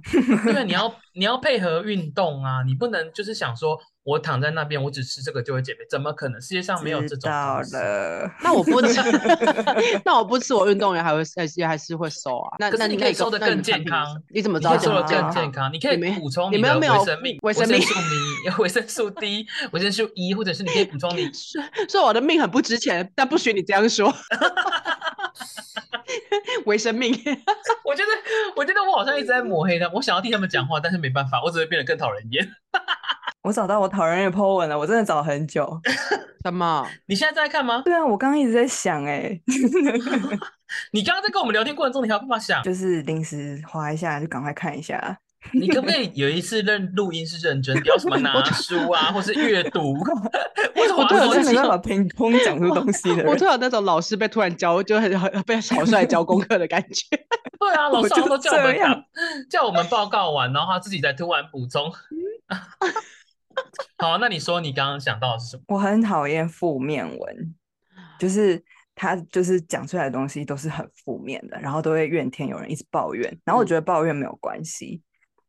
Speaker 1: 对你要你要配合运动啊，你不能就是想说我躺在那边，我只吃这个就会减肥，怎么可能？世界上没有这
Speaker 3: 知
Speaker 1: 种
Speaker 3: 道
Speaker 1: 东西。
Speaker 3: 了，
Speaker 2: 那我不 吃，那我不吃，我运动员还会还是还是会瘦啊。那
Speaker 1: 可是
Speaker 2: 那
Speaker 1: 你
Speaker 2: 你
Speaker 1: 可以瘦得
Speaker 2: 那你
Speaker 1: 更
Speaker 2: 产
Speaker 1: 健
Speaker 2: 品是
Speaker 1: 康
Speaker 2: 什么你怎么
Speaker 1: 你
Speaker 2: 知
Speaker 1: 可
Speaker 2: 道
Speaker 1: 以
Speaker 2: 怎
Speaker 1: 做
Speaker 2: 么
Speaker 1: 的
Speaker 3: 得
Speaker 1: 更
Speaker 2: 健
Speaker 1: 健
Speaker 2: 康？啊
Speaker 1: 康，你可
Speaker 2: 你
Speaker 1: 以
Speaker 2: 们
Speaker 1: 补充
Speaker 2: 你们
Speaker 1: 的
Speaker 2: 有没
Speaker 1: 维
Speaker 2: 有
Speaker 1: 生命、维
Speaker 2: 维生
Speaker 1: 生
Speaker 2: 命
Speaker 1: 素米、 维生素 D、维生素 E，或者是你可以补充 你
Speaker 2: 说说我的命很不值钱，但不许你这样说。 为生命，
Speaker 1: 我觉得，我觉得我好像一直在抹黑他们，我想要替他们讲话，但是没办法，我只会变得更讨人厌。
Speaker 3: 我找到我讨人厌的 po 文了，我真的找很久。
Speaker 2: 什么？
Speaker 1: 你现在在看吗？
Speaker 3: 对啊，我刚刚一直在想、欸，
Speaker 1: 你刚刚在跟我们聊天过程中，你还有办法想，
Speaker 3: 就是临时划一下就赶快看一下。
Speaker 1: 你可不可以有一次认录音是认真，不要什么拿书啊，或是阅 读，或是
Speaker 2: 我
Speaker 1: 滑
Speaker 2: 对
Speaker 1: 手
Speaker 2: 我
Speaker 3: 我
Speaker 2: 真
Speaker 3: 是
Speaker 1: 机
Speaker 2: 的
Speaker 3: 啊没办法凭空讲出东西的
Speaker 2: 我
Speaker 3: 人
Speaker 2: 突。然有那种老师被突然教，就很很被草率教功课的感觉。
Speaker 1: 对啊，老
Speaker 3: 我
Speaker 1: 师好像
Speaker 3: 就
Speaker 1: 都叫我们
Speaker 3: 这
Speaker 1: 打
Speaker 3: 样
Speaker 1: 叫我们报告完，然后他自己再突然补充。 好，那你说你刚刚想到的是什么？
Speaker 3: 我很讨厌负面文，就是他就是讲出来的东西都是很负面的，然后都会怨天尤人，一直抱怨。然后我
Speaker 2: 嗯
Speaker 3: 觉得抱怨没有关系，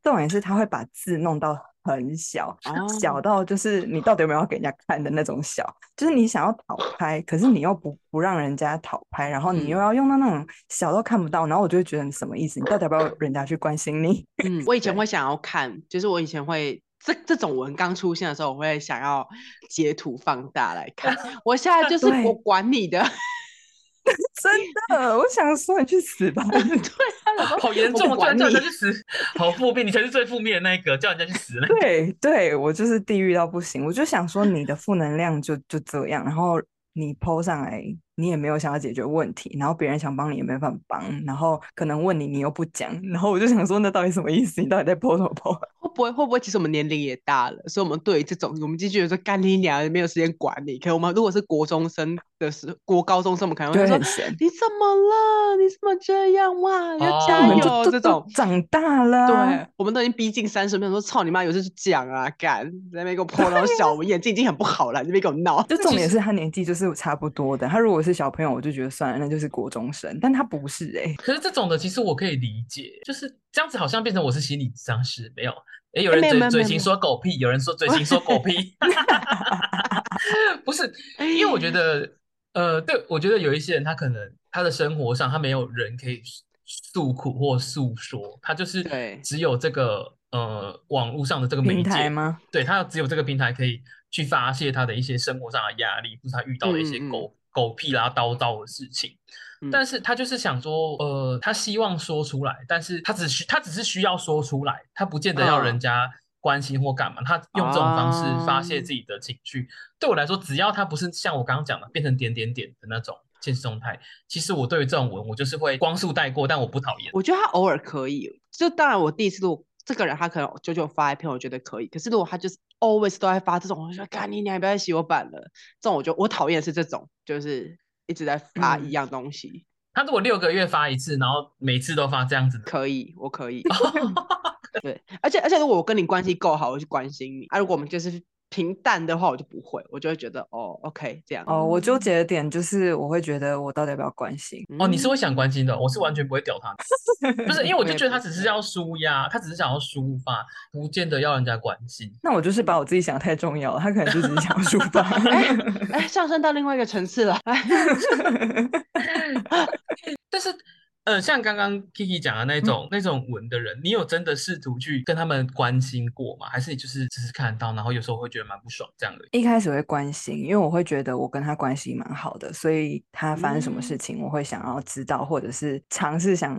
Speaker 3: 重点是他会把字弄到很小，小
Speaker 2: 哦
Speaker 3: 到就是你到底有没有要给人家看的那种小，就是你想要讨拍，可是你又不不让人家讨拍，然后你
Speaker 2: 嗯
Speaker 3: 又要用到那种小到看不到，然后我就会觉得你什么意思？你到底要不要人家去关心你？
Speaker 2: 嗯， 我以前
Speaker 3: 对
Speaker 2: 会想要看，就是我以前会这这种文刚出现的时候，我会想要截图放大来 看。我现在就是
Speaker 3: 对
Speaker 2: 我管你 的，
Speaker 3: 真的，我想说你去死吧！
Speaker 1: 好严
Speaker 2: 我
Speaker 1: 重，叫
Speaker 2: 管
Speaker 1: 叫人家
Speaker 2: 你
Speaker 1: 去死，好负面，你才是最负面的那一个，叫人家去死的那一个
Speaker 3: 对对，我就是地狱到不行，我就想说你的负能量就就这样，然后你 PO 上来你也没有想要解决问题，然后别人想帮你也没办法帮，然后可能问你你又不讲，然后我就想说那到底什么意思？你到底在 po 什 么 po？
Speaker 2: 会不会会不会其实我们年龄也大了，所以我们对于这种我们就觉得说干你娘没有时间管你。可能我们如果是国中生的时，国高中生，我们可能
Speaker 3: 就
Speaker 2: 会
Speaker 3: 会
Speaker 2: 说
Speaker 3: 很闲。
Speaker 2: 你怎么了？你怎么这样哇？要
Speaker 1: 哦
Speaker 2: 加
Speaker 3: 我们
Speaker 2: 油、
Speaker 3: 就
Speaker 2: 这
Speaker 3: 都
Speaker 2: 种
Speaker 3: 都。长大了啊、
Speaker 2: 对，我们都已经逼近三十，没有说操你妈，有事就讲啊，干在那边给我泼，然后 小，我眼睛已经很不好了，你在那边给我闹。
Speaker 3: 就重点是他年纪就是差不多的，他如果是小朋友，我就觉得算了，那就是国中生，但他不是哎、
Speaker 1: 可是这种的其实我可以理解，就是这样子好像变成我是心理咨商师，没有，诶，有
Speaker 2: 诶
Speaker 1: 人
Speaker 2: 没有没
Speaker 1: 嘴
Speaker 2: 有
Speaker 1: 嘴
Speaker 2: 没有
Speaker 1: 型说狗屁，有人说嘴型说狗 屁，不是，因为我觉得，呃，对，我觉得有一些人他可能他的生活上他没有人可以诉苦或诉说，他就是
Speaker 2: 对
Speaker 1: 只有这个呃网络上的这个媒
Speaker 3: 平
Speaker 1: 介
Speaker 3: 台吗？
Speaker 1: 对，他只有这个平台可以去发泄他的一些生活上的压力，或是他遇到的一些
Speaker 2: 嗯嗯嗯
Speaker 1: 狗狗屁啦、叨叨的事情
Speaker 2: 嗯。
Speaker 1: 但是他就是想说，呃，他希望说出来，但是他只需他只是需要说出来，他不见得要人
Speaker 2: 嗯
Speaker 1: 家关心或干嘛，他用这种方式发泄
Speaker 2: 啊
Speaker 1: 自己的情绪。对我来说，只要他不是像我刚刚讲的变成点点点的那种现实动态，其实我对于这种文，我就是会光速带过，但我不讨厌。
Speaker 2: 我觉得他偶尔可以，就当然我第一次录这个人，他可能久久发一篇，我觉得可以。可是如果他就是 always 都在发这种，我就说干你娘，不要再洗我版了。这种我就我讨厌的是这种，就是一直在发一
Speaker 3: 嗯
Speaker 2: 样东西。
Speaker 1: 他如果六个月发一次，然后每次都发这样子的，
Speaker 2: 可以，我可以。对，而且而且如果我跟你关系够好，我就关心你；啊，如果我们就是平淡的话，我就不会，我就会觉得哦，OK，这样。
Speaker 3: 哦，我纠结的点就是，我会觉得我到底要不要关心？
Speaker 1: 哦，你是会
Speaker 2: 嗯
Speaker 1: 想关心的，我是完全不会屌他的。不是，因为我
Speaker 2: 我
Speaker 1: 就
Speaker 2: 也
Speaker 1: 觉得他
Speaker 2: 不
Speaker 1: 只是
Speaker 2: 会
Speaker 1: 要抒压，他只是想要抒发，不见得要人家关心。
Speaker 3: 那我就是把我自己想得太重要了，他可能就只是想抒 发。
Speaker 2: 哎上升到另外一个层次了。哎
Speaker 1: 但是，呃，像刚刚 Kiki 讲的那
Speaker 2: 嗯
Speaker 1: 种、那种文的人，你有真的试图去跟他们关心过吗？还是你就是只是看到，然后有时候会觉得蛮不爽这样的？
Speaker 3: 一开始会关心，因为我会觉得我跟他关系蛮好的，所以他发生什么事
Speaker 2: 嗯
Speaker 3: 情，我会想要知道，或者是尝试想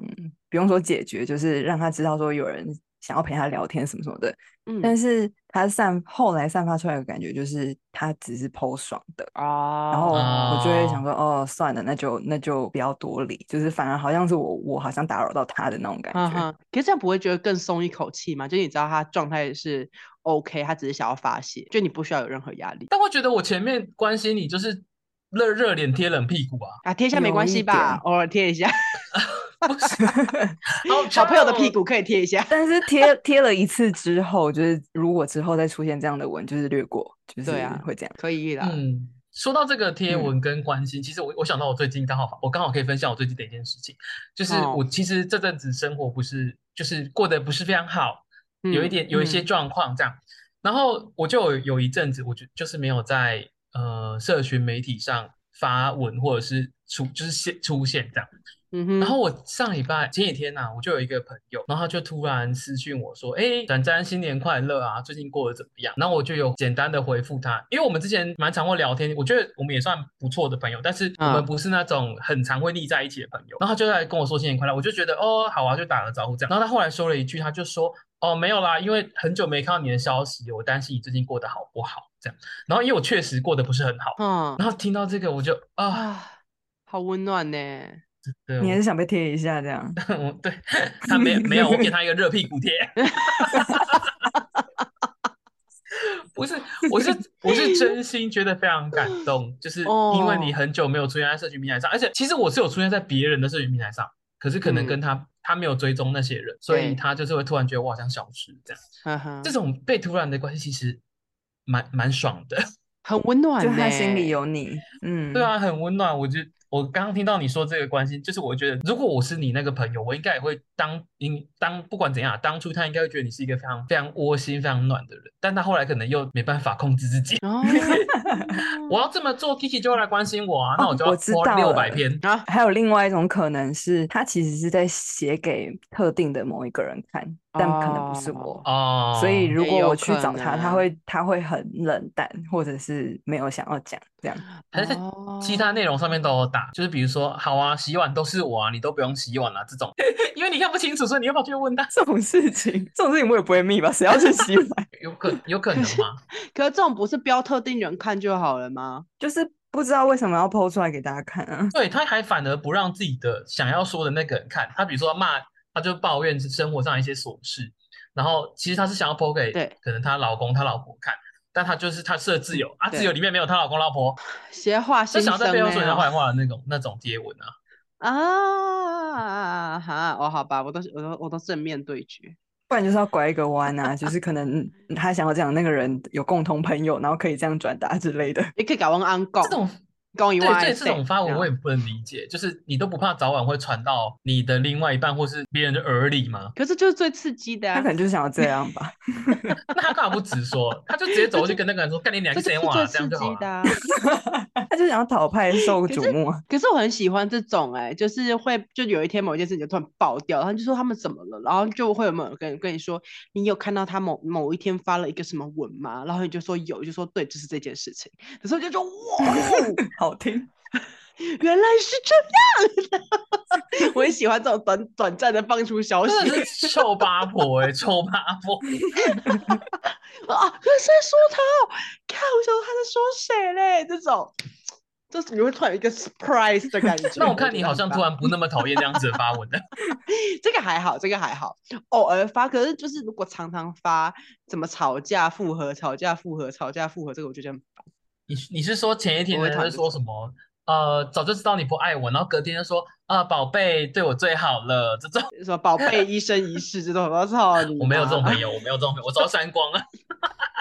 Speaker 3: 不用说解决，就是让他知道说有人想要陪他聊天什么什么的。
Speaker 2: 嗯
Speaker 3: 但是他散后来散发出来的感觉就是他只是剖爽的，
Speaker 2: 啊，
Speaker 3: 然后我就会想
Speaker 1: 哦
Speaker 3: 说，哦，算了，那就那就不要多理，就是反而好像是我我好像打扰到他的那种感
Speaker 2: 哈
Speaker 3: 觉。
Speaker 2: 哈，嗯可是这样不会觉得更松一口气吗？就你知道他状态是 OK，他只是想要发泄，就你不需要有任何压力
Speaker 1: 但我觉得我前面关心你就是热热脸贴冷屁股啊，
Speaker 2: 啊，贴一下没
Speaker 3: 有
Speaker 2: 关
Speaker 3: 一
Speaker 2: 系吧
Speaker 3: 点，
Speaker 2: 偶尔贴 一下，
Speaker 1: 好
Speaker 2: 小朋友的
Speaker 1: 棒
Speaker 2: 屁
Speaker 1: 哦
Speaker 2: 股可以贴一下。
Speaker 3: 但是贴贴了一次之后，就是如果之后再出现这样的文，就是略过，就是
Speaker 2: 对啊
Speaker 3: 会这样。
Speaker 2: 可以啦，
Speaker 1: 嗯，说到这个贴
Speaker 3: 嗯
Speaker 1: 文跟关心，其实我我想到我最近刚好，我刚好可以分享我最近的一件事情，就是
Speaker 2: 哦
Speaker 1: 我其实这阵子生活不是，就是过得不是非常好，有一
Speaker 2: 嗯
Speaker 1: 点有一些
Speaker 3: 嗯
Speaker 1: 状况这样。然后我就有有一阵子，我就就是没有在呃社群媒体上发文或者是出就是现出现这样。
Speaker 2: 嗯哼，
Speaker 1: 然后我上礼拜前几天呐、我就有一个朋友，然后他就突然私讯我说：“哎，展展新年快乐啊，最近过得怎么样？”然后我就有简单的回复他，因为我们之前蛮常会聊天，我觉得我们也算不错的朋友，但是我们
Speaker 2: 嗯
Speaker 1: 不是那种很常会腻在一起的朋友。然后他就来跟我说新年快乐，我就觉得哦好啊，就打个招呼这样。然后他后来说了一句，他就说：“哦没有啦，因为很久没看到你的消息，我担心你最近过得好不好这样。”然后因为我确实过得不是很好，
Speaker 2: 嗯
Speaker 1: 然后听到这个我就啊，
Speaker 2: 啊，好温暖呢。
Speaker 1: 对
Speaker 3: 你
Speaker 1: 我
Speaker 3: 还是想被贴一下这样？
Speaker 1: 我对他没有没有，我给他一个热屁股贴。 不是，我是我是真心觉得非常感动，就是因为你
Speaker 2: 哦
Speaker 1: 很久没有出现在社群平台上，而且其实我是有出现在别人的社群平台上，可是可能跟他、他没有追踪那些人，所以
Speaker 2: 嗯对
Speaker 1: 他就是会突然觉得我好像消失这样。
Speaker 2: 哈哈
Speaker 1: 这，种被突然的关系其实蛮蛮爽的，
Speaker 2: 很温暖
Speaker 3: 就
Speaker 2: 呢。
Speaker 3: 他心里有你，嗯，
Speaker 1: 对，啊，很温暖。我觉得我刚刚听到你说这个关心，就是我觉得如果我是你那个朋友，我应该也会当应当不管怎样啊，当初他应该会觉得你是一个非常非常窝心、非常暖的人，但他后来可能又没办法控制自己。
Speaker 2: 哦
Speaker 1: 我要这么做，Kiki 就会来关心我啊，那
Speaker 3: 哦
Speaker 1: 我就
Speaker 3: 我
Speaker 1: 要
Speaker 3: 知
Speaker 1: 播
Speaker 3: 道
Speaker 1: 六百
Speaker 3: 了
Speaker 1: 篇。
Speaker 2: 啊，
Speaker 3: 还有另外一种可能是，他其实是在写给特定的某一个人看，但可能不是我。
Speaker 1: 哦，
Speaker 3: 所以如
Speaker 2: 也
Speaker 3: 果
Speaker 2: 有
Speaker 3: 我去
Speaker 2: 可
Speaker 3: 找他，他
Speaker 2: 能
Speaker 3: 会他会很冷淡，或者是没有想要讲这样。
Speaker 1: 还是
Speaker 2: 哦
Speaker 1: 其他内容上面都有打，就是比如说，好啊，洗碗都是我啊，你都不用洗碗啊，这种， 因为你看不清楚，所以你又跑去问他，
Speaker 3: 这种事情，这种事情我也不会密吧？谁要去洗碗？
Speaker 1: 有可有可能吗？
Speaker 2: 可是这种不是标特定人看就好了吗？
Speaker 3: 就是不知道为什么要剖出来给大家看啊？
Speaker 1: 对，他还反而不让自己的想要说的那个人看，他比如说他骂，他就抱怨生活上一些琐事，然后其实他是想要剖给
Speaker 2: 对
Speaker 1: 可能她老公、她老婆看，但她就是她设自由啊，
Speaker 2: 嗯对
Speaker 1: 自由里面没有她老公、老婆，
Speaker 2: 邪化
Speaker 1: 就
Speaker 2: 新
Speaker 1: 想
Speaker 2: 生
Speaker 1: 要在背后说人家
Speaker 2: 欸
Speaker 1: 坏话的那种那种贴文啊。
Speaker 2: 啊哈哦，好吧，我都是我都我都正面对决。
Speaker 3: 不然就是要拐一个弯啊，就是可能他想要讲那个人有共同朋友，然后可以这样转达之类的。
Speaker 2: 你可以搞往安讲
Speaker 1: 这，种
Speaker 2: 讲以
Speaker 1: 对
Speaker 2: 外
Speaker 1: 对这种发文
Speaker 2: 啊
Speaker 1: 我也不能理解，就是你都不怕早晚会传到你的另外一半或是别人的耳里吗？
Speaker 2: 可是就是最刺激的
Speaker 3: 他
Speaker 2: 啊
Speaker 3: 可，能就是想要这样吧。
Speaker 1: 那他干嘛不直说？他就直接走过去跟那个人 说：“干你娘，
Speaker 2: 这
Speaker 1: 你
Speaker 2: 就是
Speaker 1: 谁哇？”
Speaker 2: 最
Speaker 1: 这样
Speaker 2: 刺
Speaker 1: 就好
Speaker 2: 激的
Speaker 1: 了。
Speaker 2: 啊。
Speaker 3: 他就想要讨派受
Speaker 2: 可
Speaker 3: 瞩
Speaker 2: 是
Speaker 3: 目啊。
Speaker 2: 可是我很喜欢这种哎、就是会就有一天某一件事情就突然爆掉，然后就说他们怎么了，然后就会有某跟跟你说，你有看到他某某一天发了一个什么文吗？然后你就说有，就说对，就是这件事情。可是我就说哇哦，
Speaker 3: 好听，
Speaker 2: 原来是这样， 我很喜欢这种短短暂的放出消息
Speaker 1: 真的是臭八婆哎、臭八婆！
Speaker 2: 啊，可是在说他哦，看我想说他在说谁嘞？这种。就是你会突然有一个 surprise 的感觉。
Speaker 1: 那我
Speaker 2: 觉
Speaker 1: 看你
Speaker 2: 得
Speaker 1: 好
Speaker 2: 很
Speaker 1: 像
Speaker 2: 棒
Speaker 1: 突然不那么讨厌这样子的发文了。
Speaker 2: 这个还好，这个还好，偶尔发。可是就是如果常常发，怎么吵架、复合、吵架、复合、吵架、复合，这个我就觉得很烦。
Speaker 1: 你你是说前一天
Speaker 2: 我会
Speaker 1: 人
Speaker 2: 讨
Speaker 1: 会
Speaker 2: 厌
Speaker 1: 说什么？呃，早就知道你不爱我，然后隔天就说啊，宝贝对我最好了，这种
Speaker 2: 什么宝贝一生一世这种，我操你！
Speaker 1: 我没有这种朋。友，我没有这种朋友，我早就删光了。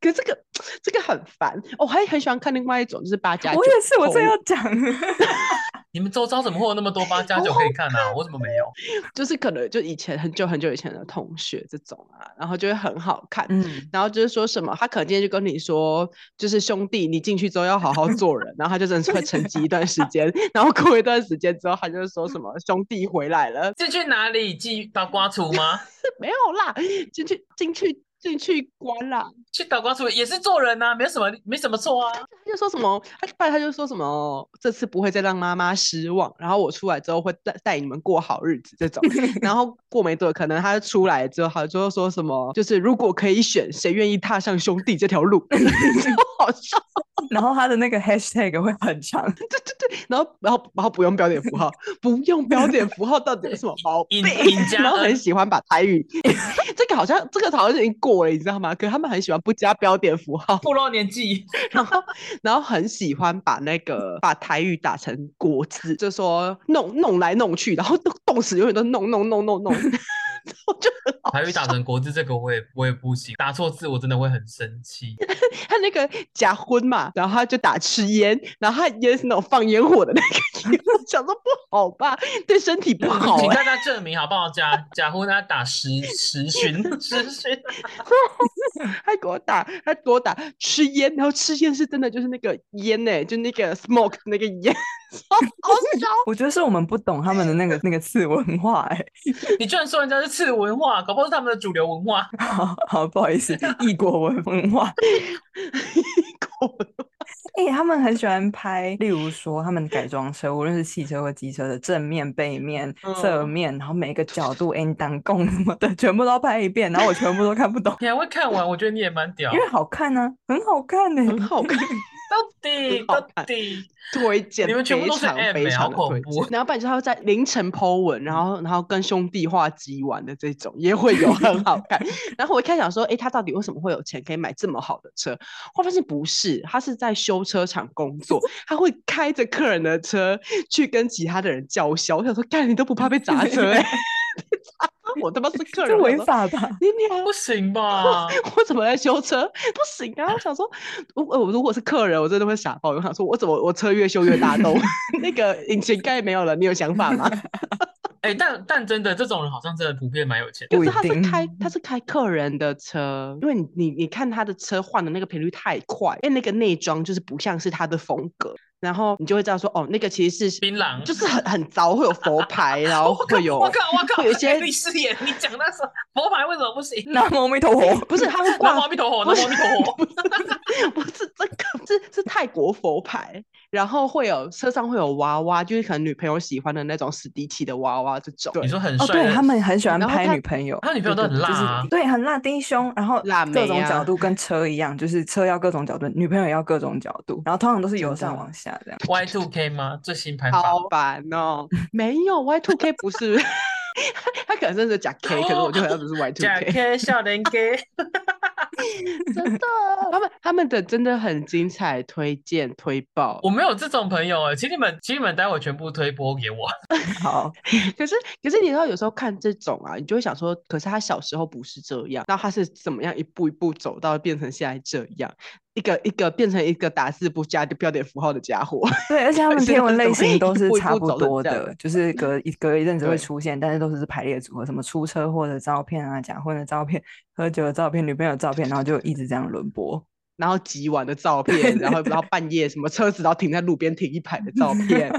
Speaker 2: 可是这个这个很烦，哦我还很喜欢看另外一种，就是八加九。
Speaker 3: 我也是，我正要
Speaker 2: 同
Speaker 3: 讲。
Speaker 1: 你们周遭怎么会有那么多八加九可以看啊？我怎么没有？
Speaker 2: 就是可能就以前很久很久以前的同学这种啊，然后就会很好看。
Speaker 3: 嗯，
Speaker 2: 然后就是说什么，他可能今天就跟你说，就是兄弟，你进去之后要好好做人。然后他就真的会沉寂一段时间，然后过一段时间之后，他就说什么兄弟回来了，
Speaker 1: 是去哪里寄倒瓜厨吗？
Speaker 2: 没有啦，进去进去进去关啦。
Speaker 1: 去倒瓜厨也是做人呐、啊，没有什么没什么错啊。
Speaker 2: 他就说什么，他后来他就说什么，哦这次不会再让妈妈失望。然后我出来之后会带带你们过好日子这种。然后过没多久，可能他出来之后，他就说什么，就是如果可以选，谁愿意踏上兄弟这条路，超好笑。
Speaker 3: 然后他的那个 hashtag 会很长，
Speaker 2: 对对对，然后然后然后不用标点符号，不用标点符号，到底有什么毛病
Speaker 1: 尹？尹家
Speaker 2: 然后很
Speaker 1: 恩
Speaker 2: 喜欢把台语， 这个好像这个好像已经过了，你知道吗？可是他们很喜欢不加标点符号，
Speaker 1: 部落年纪，
Speaker 2: 然后然后很喜欢把那个把台语打成国字，就说弄弄来弄去，然后动动词永远都弄弄 弄弄弄，我就很好
Speaker 1: 台语打成国字这个我也我也不行，打错字我真的会很生气。
Speaker 2: 他那个假婚嘛，然后他就打吃烟，然后他烟是那种放烟火的那个烟， 我想说不好吧，对身体不好、
Speaker 1: 请
Speaker 2: 欸。
Speaker 1: 大家证明好不好？假假婚他打十十旬十旬，
Speaker 2: 他给我打，他给我打吃烟，然后吃烟是真的就是那个烟呢、就那个 smoke 那个烟，超好笑。
Speaker 3: 我觉得是我们不懂他们的那个那个次文化、欸。
Speaker 1: 你居然说人家是次文化，搞不好是他们的主流文化。，
Speaker 3: 好好，不好意思，异国文文化。哎、他们很喜欢拍，例如说他们改装车，无论是汽车或机车的正面、背面、侧
Speaker 2: 嗯
Speaker 3: 面，然后每个角度、N 档供什么的，全部都拍一遍，然后我全部都看不懂
Speaker 1: 你还会看完，我觉得你也蛮屌
Speaker 3: 因。为好看呢、很好看呢、
Speaker 2: 很好看，
Speaker 1: 到底
Speaker 2: 很好
Speaker 1: 到
Speaker 2: 看
Speaker 1: 底，
Speaker 2: 推荐，
Speaker 1: 你们全部
Speaker 2: 非
Speaker 1: 都是
Speaker 2: 常
Speaker 1: M
Speaker 2: 非
Speaker 1: 欸
Speaker 2: 常
Speaker 1: 好
Speaker 2: 的
Speaker 1: 恐
Speaker 2: 推
Speaker 1: 怖
Speaker 2: 荐。然后不然就是他会在凌晨 Po 文，然后然后跟兄弟话鸡玩的这种也会有很好 看。然后我一开始想说，诶，他到底为什么会有钱可以买这么好的车？后来发现不是，他是在修车厂工 作，他会开着客人的车去跟其他的人叫嚣。我想说，干你都不怕被砸 车、欸？我他妈是客人，
Speaker 3: 这
Speaker 2: 我想
Speaker 3: 违
Speaker 2: 说。
Speaker 3: 法吧？
Speaker 2: 你娘
Speaker 1: 不行吧？
Speaker 2: 我怎么来修车？不行啊！我想说，我我如果是客人，我真的会傻爆。我想说，我怎么我车越修越大洞？ 那个引擎盖没有了，你有想法吗？
Speaker 1: 哎、但但真的，这种人好像真的普遍蛮有钱的。
Speaker 2: 可
Speaker 3: 不
Speaker 2: 是
Speaker 3: 一
Speaker 2: 他是
Speaker 3: 定
Speaker 2: 开他是开客人的车，因为你你你看他的车换的那个频率太快，因为那个内装就是不像是他的风格。然后你就会知道说，哦，那个其实是
Speaker 1: 槟榔
Speaker 2: 就是很很糟，会有佛牌，然后会有
Speaker 1: 我靠我靠，
Speaker 2: 会有一些
Speaker 1: 哎你是演你讲那时候佛牌为什么不行？
Speaker 3: 南无阿弥陀佛，
Speaker 2: 不是它会
Speaker 1: 南无
Speaker 2: 挂
Speaker 1: 阿弥陀佛，
Speaker 2: 不
Speaker 1: 南
Speaker 2: 是
Speaker 1: 无阿弥陀佛，
Speaker 2: 不是这个，是是泰国佛牌，然后会有车上会有娃娃，就是可能女朋友喜欢的那种史迪奇的娃娃这种。
Speaker 1: 你说很
Speaker 3: 哦，
Speaker 1: 帅
Speaker 3: 对
Speaker 1: 的，
Speaker 3: 他们很喜欢
Speaker 2: 然后他
Speaker 3: 拍女朋友，
Speaker 1: 他女朋友都很辣啊
Speaker 3: 就是对，很辣低胸，然后
Speaker 2: 辣
Speaker 3: 各
Speaker 2: 妹
Speaker 3: 种角
Speaker 2: 啊
Speaker 3: 度跟车一样，就是车要各种角度，女朋友也要各种角度，然后通常都是由
Speaker 2: 真的
Speaker 3: 上往下这样。
Speaker 1: Y Two K 吗？最新拍法。
Speaker 2: 好烦哦！没有 Y two K 不是， 他他可能真的是假 K，可是我就好像不是 Y two
Speaker 1: 假
Speaker 2: K，
Speaker 1: K 笑脸 K，
Speaker 2: 真的，他们他们的真的很精彩，推荐推爆。
Speaker 1: 我没有这种朋友哎，请你们，请你们待会全部推播给我。
Speaker 3: 好，
Speaker 2: 可是可是你知道，有时候看这种啊，你就会想说，可是他小时候不是这样，那他是怎么样一步一步走到变成现在这样，一个一个变成一个打字不加标点符号的家伙。
Speaker 3: 对，而且他们
Speaker 2: 是
Speaker 3: 贴文
Speaker 2: 那
Speaker 3: 类
Speaker 2: 种
Speaker 3: 型 都
Speaker 2: 一
Speaker 3: 是
Speaker 2: 步一
Speaker 3: 差
Speaker 2: 步
Speaker 3: 不
Speaker 2: 走的
Speaker 3: 多
Speaker 2: 这样
Speaker 3: 的，就是隔一隔一阵子会
Speaker 2: 对
Speaker 3: 出现，但是都是排列组合，什么出车祸的照片啊，假婚的照片，喝酒的照片，女朋友的照片，然后就一直这样轮 播。
Speaker 2: 然后极晚的照片，然后然后半夜什么车子，然后停在路边停一排的照 片，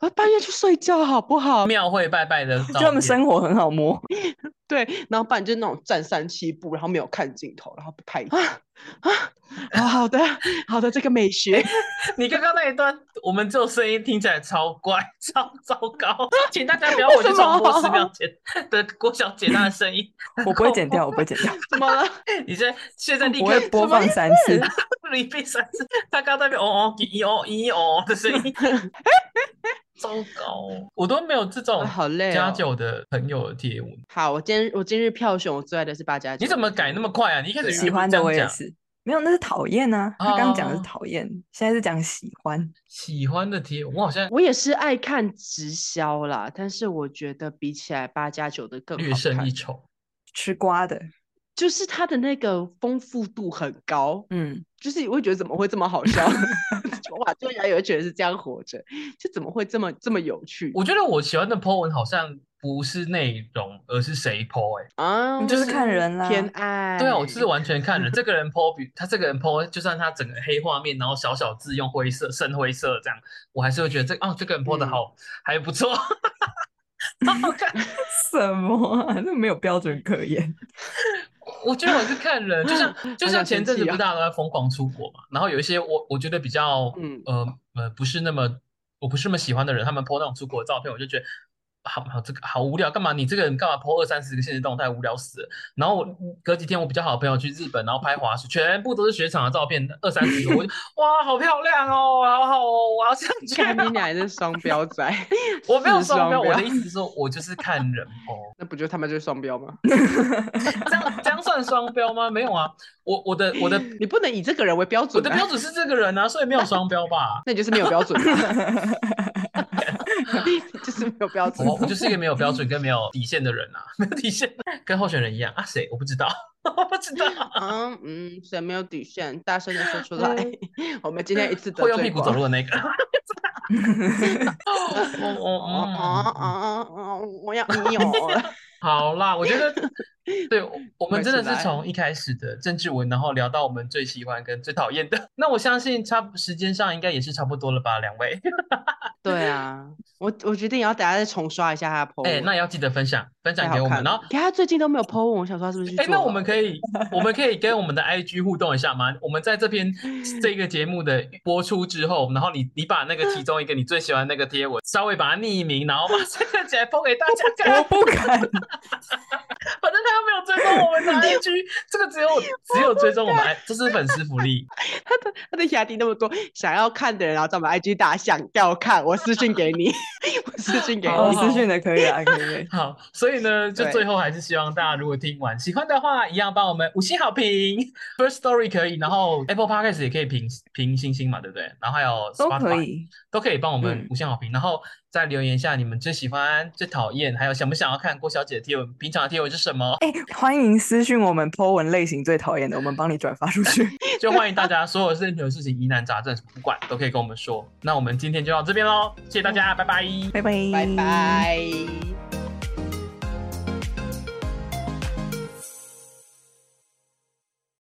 Speaker 2: 我半夜去睡觉好不好？
Speaker 1: 庙会拜拜的照片，
Speaker 3: 就他们生活很好 摸，
Speaker 2: 对，然后不然就是那种站三七步，然后没有看镜头，然后不拍啊 啊，好好的好的，这个美学
Speaker 1: 你刚刚那一段，我们这种声音听起来超怪、超糟 糕，请大家不要回去重播
Speaker 2: 为
Speaker 1: 十
Speaker 2: 什么
Speaker 1: 秒前 的郭小姐那的声音。
Speaker 3: 我不会剪掉，我不会 剪掉，
Speaker 2: 怎么了？
Speaker 1: 你现在现在立
Speaker 3: 我
Speaker 1: 刻
Speaker 3: 会播放三次。
Speaker 1: repeat 三次，他刚刚在那边哦哦一哦一哦的声 音，糟糕，我都没有这种
Speaker 2: 啊好累、哦。
Speaker 1: 加九的朋友的贴文。
Speaker 2: 好，我今日我今日票选我最爱的是八加九。
Speaker 1: 你怎么改那么快啊？你一开始
Speaker 2: 对
Speaker 3: 喜欢的我也
Speaker 1: 讲，
Speaker 3: 是，没有，那是讨厌啊。他刚刚讲的
Speaker 1: 哦
Speaker 3: 是讨厌，现在是讲喜欢。
Speaker 1: 喜欢的贴文，我好像
Speaker 2: 我也是爱看直销啦，但是我觉得比起来八加九的更
Speaker 1: 略
Speaker 2: 好
Speaker 1: 胜
Speaker 2: 看
Speaker 1: 一，筹。
Speaker 3: 吃瓜的，
Speaker 2: 就是它的那个丰富度很高，
Speaker 3: 嗯，
Speaker 2: 就是我会觉得怎么会这么好笑？ 哇，居然有一群人是这样活着，就怎么会这么这么有趣
Speaker 1: 我觉得我喜欢的 po 文好像不是内容，而是谁 po 哎、
Speaker 2: 啊？
Speaker 3: 就是看人啦。
Speaker 2: 偏爱，
Speaker 1: 对啊，我是完全看了这个人 po，比他这个人 po，就算他整个黑画面，然后小小字用灰色、深灰色这样，我还是会觉得这哦，这个人 po 的
Speaker 2: 嗯
Speaker 1: 好、还不错， 好好看。
Speaker 3: 什么啊？ 那没有标准可言。
Speaker 1: 我觉得我是看人，就 像就像
Speaker 2: 好想
Speaker 1: 前
Speaker 2: 生
Speaker 1: 阵子
Speaker 2: 气
Speaker 1: 不是
Speaker 2: 啊
Speaker 1: 大家都在疯狂出国嘛，然后有一些我我觉得比较
Speaker 2: 嗯
Speaker 1: 呃呃不是那么我不是那么喜欢的人，他们 po 那种出国的照片，我就觉得。好好，这个好无聊，干嘛？你这个人干嘛 po 二三十个现实动态，无聊死了。然后我隔几天，我比较好的朋友去日本，然后拍滑雪，全部都是雪场的照片，二三十个，我就哇，好漂亮哦，好好哦，我要这样去
Speaker 2: 看
Speaker 1: 哦。
Speaker 2: 你俩是双标仔，
Speaker 1: 我没有
Speaker 2: 是
Speaker 1: 双标，我的
Speaker 2: 标
Speaker 1: 意思是说，我就是看人 po。
Speaker 2: 那不就他妈就是双标吗？
Speaker 1: 这样这样算双标吗？没有啊，我我的我的
Speaker 2: 你不能以这个人为标
Speaker 1: 我
Speaker 2: 准、
Speaker 1: 的
Speaker 2: 啊，？
Speaker 1: 标准是这个人啊，所以没有双标吧
Speaker 2: 那你就是没有标准、啊，就是没有标准
Speaker 1: 我。我就是一个没有标准跟没有底线的人啊，没有底线，跟候选人一样啊？谁？我不知道，我不知道。
Speaker 2: 嗯嗯，谁没有底线？大声的说出来。 我们 今天一次得
Speaker 1: 会用
Speaker 2: 罪
Speaker 1: 屁股
Speaker 2: 光
Speaker 1: 走路的那个。 我我
Speaker 2: 哦哦
Speaker 1: 嗯，
Speaker 2: 哦哦！我 要你有了，
Speaker 1: 好啦，我 觉得对我我们
Speaker 2: 快
Speaker 1: 真的
Speaker 2: 起来
Speaker 1: 是从一开始的政治文，然后聊到我们最喜欢跟最讨厌的。那我相信差不时间上应该也是差不多了吧，两 位。
Speaker 2: 对啊， 我我决定也要等下再重刷一下他的 po 文。
Speaker 1: 哎、那也要记得分享分
Speaker 2: 太
Speaker 1: 享给
Speaker 2: 好
Speaker 1: 我
Speaker 2: 看
Speaker 1: 们，然后
Speaker 2: 了。可他最近都没有 po 文，我想说他是不是去
Speaker 1: 哎、
Speaker 2: 做
Speaker 1: 那
Speaker 2: 了
Speaker 1: 我们可以，我们可以跟我们的 IG 互动一下吗？我们在这 篇这个节目的播出之后，然后你你把那个其中一个你最喜欢的那个贴文，稍微把它匿名，然后把这个起来发给大家
Speaker 3: 我
Speaker 1: 看。
Speaker 3: 不敢，
Speaker 1: 反正他又没有追踪我们的 IG，这个只 有只有追踪我们 I，这是粉丝福利。
Speaker 2: 他的 他的雅迪那么多，想要看的人，然后在我们 IG 打想要看，我私信给你， 我私信给
Speaker 3: 哦，
Speaker 2: 你。
Speaker 3: 私讯的可以啊，可以可以。
Speaker 1: 好，所以呢，就
Speaker 2: 对
Speaker 1: 最后还是希望大家如果听完喜欢的话，一样帮我们五星好评，First Story 可以，然后 Apple Podcast 也可以评评星星嘛，对不对？然后还有
Speaker 3: 都
Speaker 1: Spotify
Speaker 3: 可以，
Speaker 1: 都可以帮我们
Speaker 3: 嗯
Speaker 1: 五星好评，然后再留言一下你们最喜欢、最讨厌，还有想不想要看郭小姐的贴文，平常的贴文是什么？
Speaker 3: 哎、欢迎私讯我们 Po 文类型最讨厌的，我们帮你转发出去。
Speaker 1: 就欢迎大家所有任何事情、疑难杂症什么不管都可以跟我们说。那我们今天就到这边喽，谢谢大家，拜拜。
Speaker 3: 拜拜，
Speaker 2: 拜。拜。